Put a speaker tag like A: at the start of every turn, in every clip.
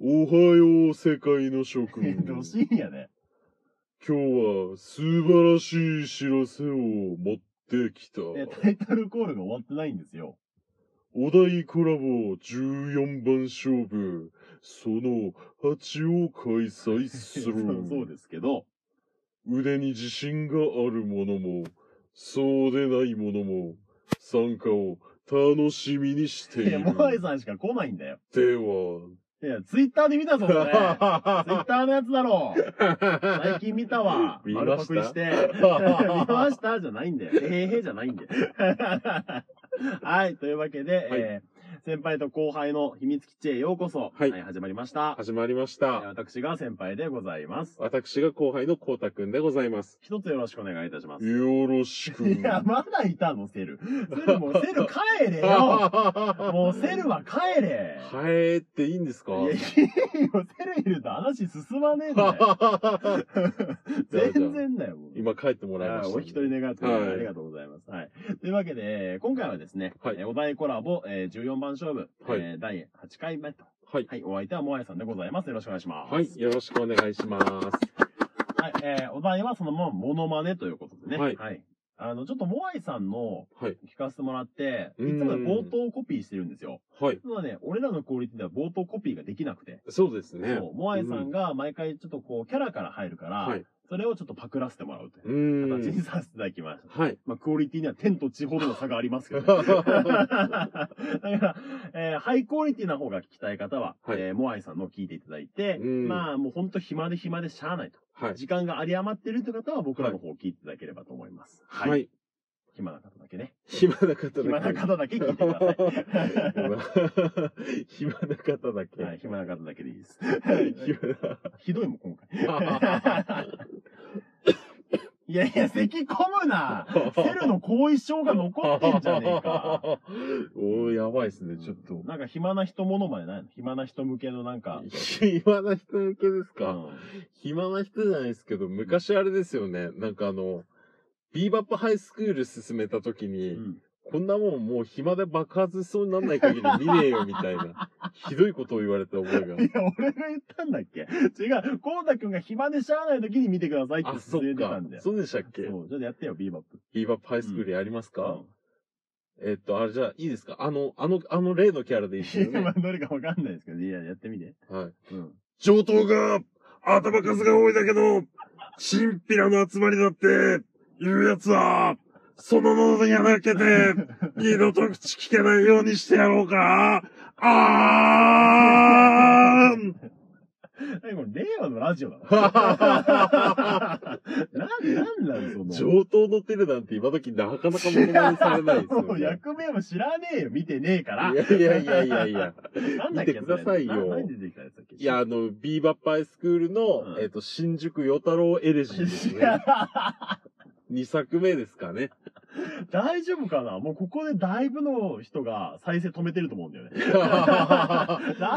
A: おはよう世界の諸 君。
B: ロシーンやね。
A: 今日は素晴らしい知らせを持ってきた。
B: え、タイトルコールが終わってないんですよ。
A: お題コラボ14番勝負、その8を開催す る。
B: そうそうですけど、
A: 腕に自信がある者も、そうでない者も、参加を楽しみにしてい
B: え、
A: る。
B: モアイさんしか来ないんだよ。
A: では、
B: いや、ツイッターで見た ぞ、それ。ツイッターのやつだろう。最近見たわ。
A: 見ました
B: 丸パ クして。見ましたじゃないんだよ。えへへじゃないんだよ。 はい、というわけで、
A: はい
B: えー先輩と後輩の秘密基地へようこそ。
C: はい
B: 始まりました。
C: 始まりまし
B: えー
C: た。
B: 私が先輩でございます。
C: 私が後輩のこうたくんでございます。
B: 一つよろしくお願いいたします。
A: よろしく。
B: いや、まだいたの、セル。セルもう、セル帰れよ もう、セルは帰れ
C: はえーっていいんですか
B: いや、いいよ、セルいると話進まねえんだ よ。全然だよ。もう
C: 今帰ってもらいま
B: あ
C: し
B: ー
C: た。
B: お引き取り願って、
C: はい
B: ありがとうございます。はい。というわけで、えー今回はですね、
C: はい
B: えーお題コラボ、えー14番勝負、
C: はい
B: えー第8回目と。
C: はい。
B: はい、お相手はもあやさんでございます。よろしくお願いします。
C: はい。よろしくお願いします。
B: はい、えーお題はそのままモノマネということでね。
C: はい
B: あの、ちょっとモアイさんの
C: はい。
B: 聞かせてもらって、いつ
C: うん
B: も冒頭コピーしてるんですよ。
C: はい。
B: ただね、俺らのクオリティでは冒頭コピーができなくて。
C: そうですね。
B: そう、モアイさんが毎回ちょっとこう、キャラから入るから、
C: はい。
B: それをちょっとパクらせてもらうという
C: ー
B: う形に
C: ん。
B: させていただき ました。
C: はい。
B: まあ、クオリティには天と地ほどの差がありますけど、ね。 だから、えーハイクオリティな方が聞きたい方は、
C: はい
B: えーモアイさんのを聞いていただいて、
C: うん
B: まあ、もうほんと暇で暇でしゃあないと。
C: はい。
B: 時間が有り余ってるという方は僕らの方を聞いていただければと思います。は
C: はい。
B: 暇な方だけね。
C: 暇な方だけ。
B: 暇な方だけ聞いてください。
C: 暇な方だ け。
B: はい、暇な方だけでいいです。
C: 暇な
B: ひどいもん、今回。 いやいや、咳込むな セルの後遺症が残ってんじゃねえか。
C: おー、やばいですね。ちょっと。
B: なんか暇な人ものまでないの暇な人向けのなんか。
C: 暇な人向けですか、
B: うん
C: 暇な人じゃないですけど、昔あれですよね。なんかあの、ビーバップハイスクール進めた時に、
B: うん
C: こんなもんもう暇で爆発しそうになんない限り見ねえよみたい な、ひどいことを言われた覚えが。
B: いや、俺が言ったんだっけ違う、コウタくんが暇でしゃあない時に見てくださいって
C: あ、そ
B: 勧
C: っ
B: めてた
C: か
B: んだ。よ。
C: そうでしたっけ
B: そう、ちょっとやってよ、ビーバップ。
C: ビーバップハイスクールやりますか、
B: う
C: えっと、あれじゃあいいですかあの、あの、あの例のキャラでいいですよ
B: ん。
C: ね
B: まあ。どれかわかんないですけど、いや、やってみて。
C: はい。
B: うん。
A: 上等が、頭数が多いだけど、チンピラの集まりだって、いうやつは、その喉に穴開けて、二度と口聞けないようにしてやろうかあーん
B: 何これ、令和のラジオだ な。なん、なんなんその。
C: 上等のテレなんて今時なかなか物まねされないですよ
B: もう
C: ね。
B: 役名も知らねえよ、見てねえから。
C: いやいやいやいやいや。
B: なんだっけ
C: 見てくださいよ
B: な何出てきたやつだっけ
C: いや、あの、ビーバッパイスクールの、
B: うん
C: えっ、と、新宿与太郎エレジーですね。2作目です かね。
B: 大丈夫かなもうここでだいぶの人が再生止めてると思うんだよ ね。大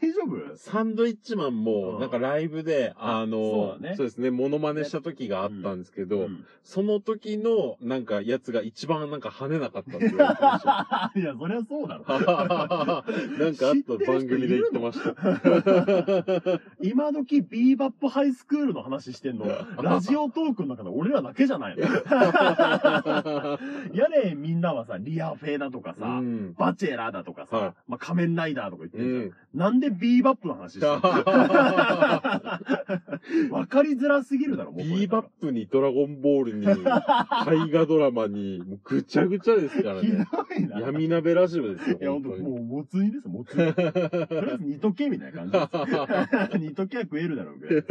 B: 丈夫
C: サンドイッチマン
B: う
C: も、
B: ん
C: なんかライブで、
B: あ
C: あの
B: そうだね
C: ですね、モノマネした時があったんですけど、
B: ん
C: その時の、なんか、やつが一番なんか跳ねなかったって 言われてました。
B: いや、そりゃそうだろ。
C: なんかあった番組で言ってま した。
B: 今時ビーバップハイスクールの話してんの、ラジオトークの中で俺らだけじゃ ないの。やれ、みんなはさ、リアフェだとか
C: う
B: さ、
C: ん。
B: バチェラーだとかさ、
C: はい
B: まあ、仮面ライダーとか言って
C: う
B: るじゃん。
C: ん。
B: なんでビーバップの話してんの わかりづらすぎるだろ、もうこれ
C: ビーバップにドラゴンボールに、大河ドラマに、もうぐちゃぐちゃですから
B: ひど
C: ね。
B: いな。
C: 闇鍋ラジオですよ
B: い、や、ほん
C: 本
B: と、
C: 当
B: も
C: に。
B: う、もつ煮です、も つ煮。とりあえず煮とけ、みたいな感じです。煮とけは食えるだろう ぐらい。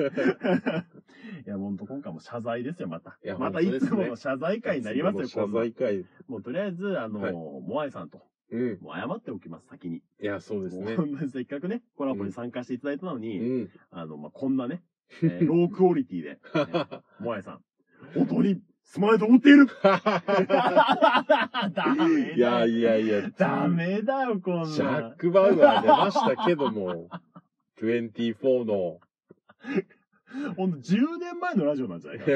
B: いや、ほんと、今回も謝罪ですよ、また。
C: いや
B: また
C: ほんと
B: い
C: です
B: つ
C: ね
B: もの謝罪会になりますよ、
C: 謝
B: 今度は
C: 罪会。
B: もう、とりあえず、あの、
C: はい
B: モアイさんと、
C: うん。
B: もう謝っておきます、先に。
C: いや、そうですね
B: も。うせっかくね、コラボに参加していただいたの
C: う
B: に、
C: ん。
B: あの、まあ、こんなね、え ーロークオリティで、ね モアイさん、本当に、住まいと思っている ダメ だ。
C: いやいやいや。
B: ダメだよ、こんなん。
C: ジャック・バウアー出ましたけど も、24の。
B: ほんと10年前のラジオなんじゃないか。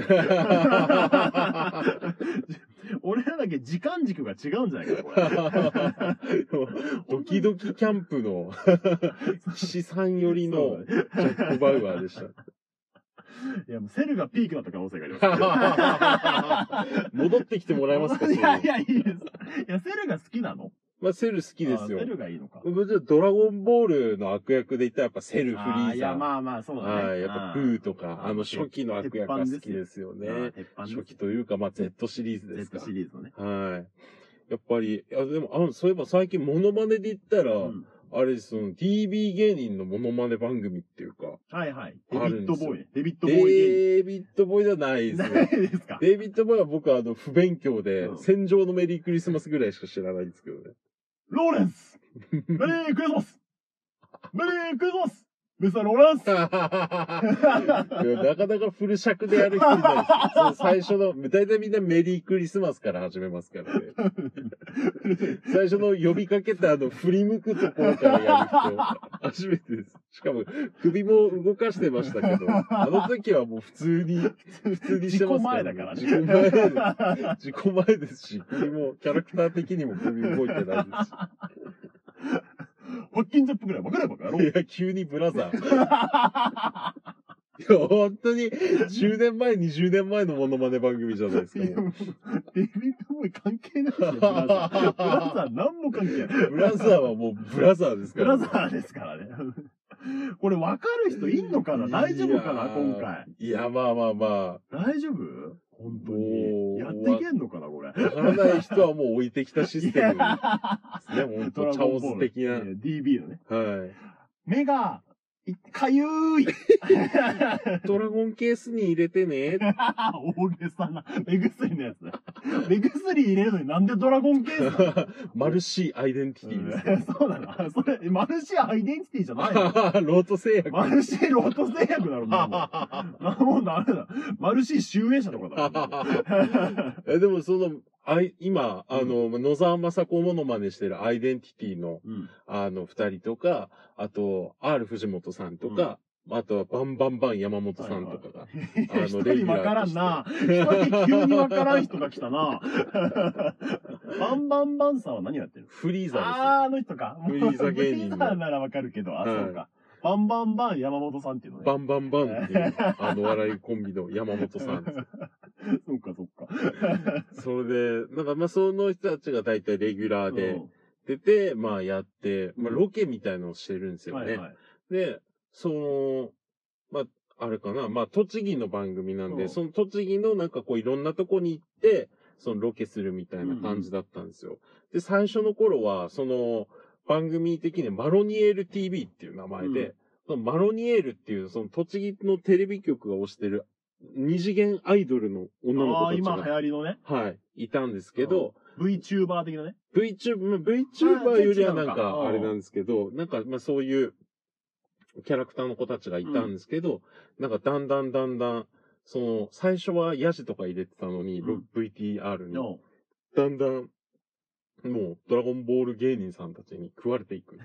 B: 俺らだけ時間軸が違うんじゃないかな、これ。
C: ドキドキキャンプの、岸さん寄りの
B: そう
C: ジャック・バウアーでした。
B: いや、もうセルがピークだった可能性があります。
C: 戻ってきてもらえますかそれ
B: いやいや、いいです。いや、セルが好きなの
C: まあ、セル好きですよ
B: あセ。ルがいいのか。
C: 僕じゃあドラゴンボールの悪役で言ったらやっぱセル、フリ
B: あい
C: ーザ
B: や、
C: ー。
B: まあまあ、そうだね。
C: はい、やっぱブーとか、
B: あー
C: あの初期の悪役が好きですよ
B: あ
C: ね
B: ー。鉄板
C: 初
B: です
C: 期というか、まあ Z シリーズですか
B: Z。シリーズのね。
C: はい。やっぱり、いやでも、あの、そういえば最近モノマネで言ったら、
B: うん
C: あれ、その TV 芸人のモノマネ番組っていうか、
B: はいはい。
C: あ
B: デビ
C: るんで
B: ッド
C: すよ
B: ボーイね。デビッドボーイ
C: デイビッド・ボーイじゃない
B: 芸人。
C: です
B: ない
C: ね。
B: ですか
C: デイビッド・ボーイは僕はあの、不勉強で、
B: うん
C: 戦場のメリークリスマスぐらいしか知らないんですけどね。
B: ローレンス メリークリスマスメリークリスマスミスターローレンス
C: いや なかなかフル尺でやる人いないです よその最初の、大体みんなメリークリスマスから始めますから ね。最初の呼びかけたあの、振り向くところからやる人、初めてです。しかも、首も動かしてましたけど、あの時はもう普通に、普通にしてますから、ね。
B: 自己前
C: 自己前です。自己前ですし、首も、キャラクター的にも首動いてないですし。
B: ワッキンジャップぐらい分かればかやろ
C: いや、急にブラザ ー。いや、本当に、10年前、20年前のモノマネ番組じゃないですか。
B: いや
C: もう
B: もうデビッドボーイ関係ないですよ、ブラザー。ブラザー何も関係ない。
C: ブラザーはもうブラザーですか
B: ブ
C: ら。
B: ラザーですからね。 これ分かる人いんのかない
C: や
B: 大丈夫かな今回。
C: いや、まあまあま
B: 大丈夫本当に。
C: おー
B: やっていけんのかなこれ。
C: あ、わからない人はもう置いてきたシステムです ね。本
B: ド
C: 当
B: ラ
C: チャ
B: ゴン
C: オ
B: ボー
C: ス
B: ル
C: 的な。
B: いや DB のね。
C: は
B: 目が、いかゆーい
C: い。ドラゴンケースに入れてね。
B: 大げさな。目薬のやつだ。目薬入れるのになんでドラゴンケースなの
C: マルシーアイデンティティです。
B: うん そうなのそれ、マルシアアイデンティティじゃないの
C: ロート製 薬。
B: マルシーロート製薬だろ、もう。 なもうダメだ。マルシー集英社とかだろ。もう
C: え、でもその、あい、今、あの、野沢雅子モノマネしてるアイデンティティの、
B: うん
C: あの、二人とか、あと、R 藤本さんとか、あとは、バンバンバン山本さんとかが。
B: いや
C: あ
B: 一
C: のレギ
B: 人
C: ュラーとして
B: わからんな。一人急にわからん人が来た な。バンバンバンさんは何やってる
C: フリー
B: あ
C: ザ
B: あー、
C: ー
B: あの人か。
C: フリーザ芸人の
B: フリーザならわかるけど、あ、
C: はい
B: そうか。バンバンバン山本さんっていうの
C: ですよ。
B: ね。
C: バンバンバンっていう、あの、笑いコンビの山本さんです。
B: そうか、そうか。
C: それで、なんか、まあ、その人たちが大体レギュラーで
B: う
C: 出て、まあ、やって、まあ、
B: うん
C: ロケみたいのをしてるんです
B: ん
C: よね。
B: はいはい。
C: で、その、まあ、あれかな、まあ、栃木の番組なん
B: う
C: で、
B: ん
C: その栃木のなんかこういろんなとこに行って、そのロケするみたいな感じだったんですよ。で、最初の頃は、その、番組的にマロニエール TV っていう名前で、
B: うん
C: そのマロニエールっていう、その栃木のテレビ局が推してる、二次元アイドルの女の
B: ああー、
C: 子
B: 今
C: た
B: 流
C: ちが、
B: 行りのね、
C: はい、いたんですけど、
B: VTuber 的なね。
C: VTuber、VTuber よりはなん
B: あ全然違うの
C: か、
B: か
C: あれなんですけど、なんか、まあそういう、キャラクターの子たちがいたんですけど、なんかだんだんだんだん、その、最初はヤジとか入れてたのに、
B: うん
C: ろ VTR に、
B: の
C: だんだん、もう、ドラゴンボール芸人さんたちに食われて いく。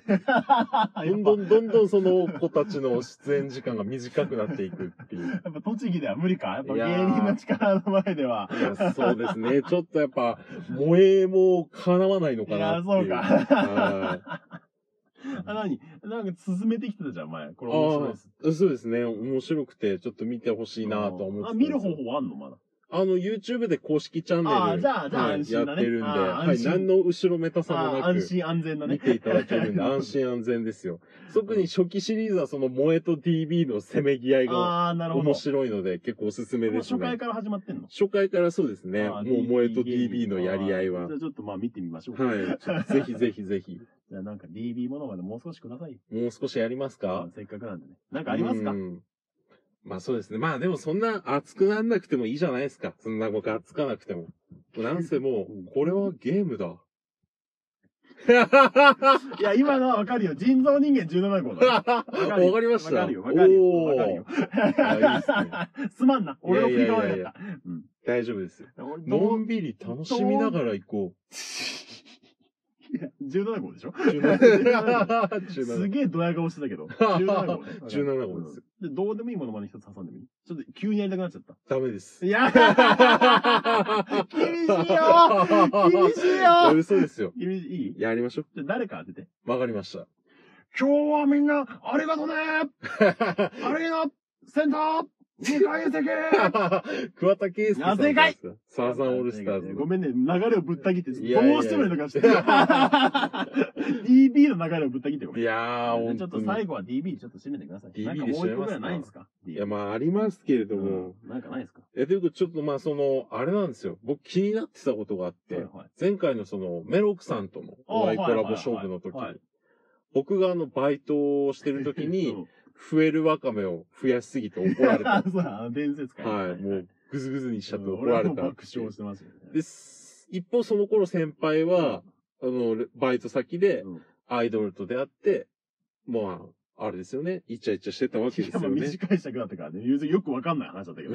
C: どんどんどんどんその子たちの出演時間が短くなっていくって いう。
B: やっぱ栃木では無理かやっぱ
C: い
B: 芸
C: やー
B: 人の力の前では。
C: いやそうですね。ちょっとやっぱ、萌えも叶わないの
B: い
C: かな
B: や
C: っ
B: ー、
C: て
B: そ
C: いうう。
B: か。あ、なになんか進めてきてたじゃん、前。これ面白いです。
C: そうですね。面白くて、ちょっと見てほしいなとは思って
B: あ、
C: たんで
B: 見
C: す
B: る
C: よ
B: 方法あんのまだ。
C: あの、YouTube で公式チャンネル。
B: あーじゃあじゃあ
C: はい
B: 安心だね
C: やってるんで、
B: あー
C: はい。
B: 安心
C: 何の後ろめたさも
B: あ
C: な
B: ー安
C: く、
B: 心安全だね。
C: 見ていただける んで、安。心安全ですよ。特に初期シリーズはその萌えと DB のせめぎ合いが
B: ああ、なるほど。
C: 面白いので、結構おすすめ
B: もう
C: です
B: 初
C: ね。
B: 回から始まってんの
C: 初回からそうですね。も
B: あ
C: う
B: ー
C: 萌えと
B: DB
C: DB のやり合いは。は
B: あーじゃあちょっとまあ見てみましょう。
C: いちょっと。ぜひぜひぜひ。
B: じゃあなんか DB ものまでもう少しくださいよ。
C: もう少しやりますか
B: あせっかくなんでね。なんかありますか
C: うんまあそうですね。まあでもそんな熱くなんなくてもいいじゃないですか。そんな僕熱かなくても。なんせも
B: うん
C: う、これはゲームだ。
B: いや、今のはわかるよ。人造人間17号だ。わかるよ
C: わかりました
B: わかるよ。わかるよ。
C: お
B: わ
C: ー
B: かるよ。
C: あいいっすね
B: すまんな。俺の振りが悪か
C: いやいやいやい
B: っ
C: や
B: た。うん
C: 大丈夫ですよ。
B: 俺ど
C: の
B: うん
C: びり楽しみながら行こ
B: 17号でしょす
C: 17
B: げえドヤ顔してたけど。17号ね。
C: 17号です
B: で、どうでもいいものまね一つ挟んでみちょっと急にやりたくなっちゃった。
C: ダメです。
B: いや 厳しいよ厳しいよ
C: 嘘ですよ。
B: 厳しいいい
C: やりましょう。
B: じゃあ誰か当てて。
C: わかりました。
B: 今日はみんな、ありがとうねアリーナセンター2階席
C: 桑田圭介さんじゃないですか。サザンオールスターズ
B: ご
C: の。
B: めんね、流れをぶった切って、ど
C: いやいやいや
B: うしてもいいのかして。DB の流れをぶった切って、こ
C: い
B: れ。
C: やー、本
B: ちょっ
C: 当
B: と
C: に。
B: 最後は DB ちょっと締めてください。
C: DB
B: なんかもう一個ぐら
C: で締めますか
B: いないんですか
C: いや、まあ、ありますけれども。
B: うんなんかないですか
C: え、ということでちょっとまあ、その、あれなんですよ。僕気になってたことがあっ
B: はい
C: て、
B: はい
C: 前回のその、メロクさんとのお会いコラボ勝負の時
B: あはいはいはいはい
C: に、僕があの、バイトをしてる時に、
B: うん
C: 増えるわかめを増やしすぎて怒 られた。
B: そうあの伝説会。
C: はい、もう、ぐずぐずにしちゃって
B: うん
C: 怒られ
B: 俺
C: た。
B: はもう爆笑してますよね。
C: です一方その頃先輩は、あの、レバイト先で
B: うん
C: アイドルと出会って、まあ、あれですよね。イチャイチャしてたわけ
B: い
C: で
B: や、
C: す
B: まあ
C: よね。
B: 短い尺だったからね、ゆずよくわかんない話だったけ ど。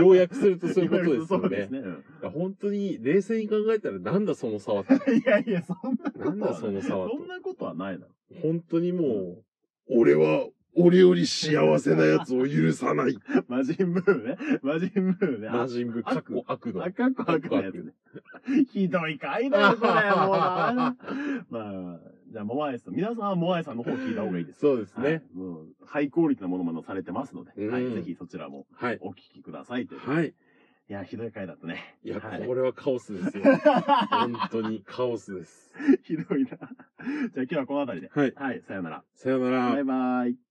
C: ようやくするとそういうことですよ
B: そう
C: ね。
B: ね。うん
C: 本当に冷静に考えたらなんだその差はと。
B: いやいや、そんなことは
C: なんだその差はと
B: そんなことはないだろ。
C: 本当にも
A: 俺は、俺より幸せなやつを許さない。
B: 魔人ブーね。魔人ブー
C: う、
B: ね。
C: 魔人ブかっこ悪の。
B: 赤く赤のやつね。ひどい回だよ、これ。もうダメだ。まあ、じゃあ、モアイさん、皆さんはモアイさんの方聞いた方がいいです。
C: そうです
B: はい
C: ね。。
B: もう、ハイクオリティなものまねをされてますので、
C: うん
B: はい。ぜひそちらも
C: はい。
B: お聞きくださいという。
C: はい。
B: いや、ひどい回だったね。
C: いや、
B: はい
C: これはカオス ですよ。本当にカオスです。
B: ひどいな。じゃあ、今日はこの辺りで。
C: はい。
B: はい、さよなら。
C: さよなら
B: バイ。バイ。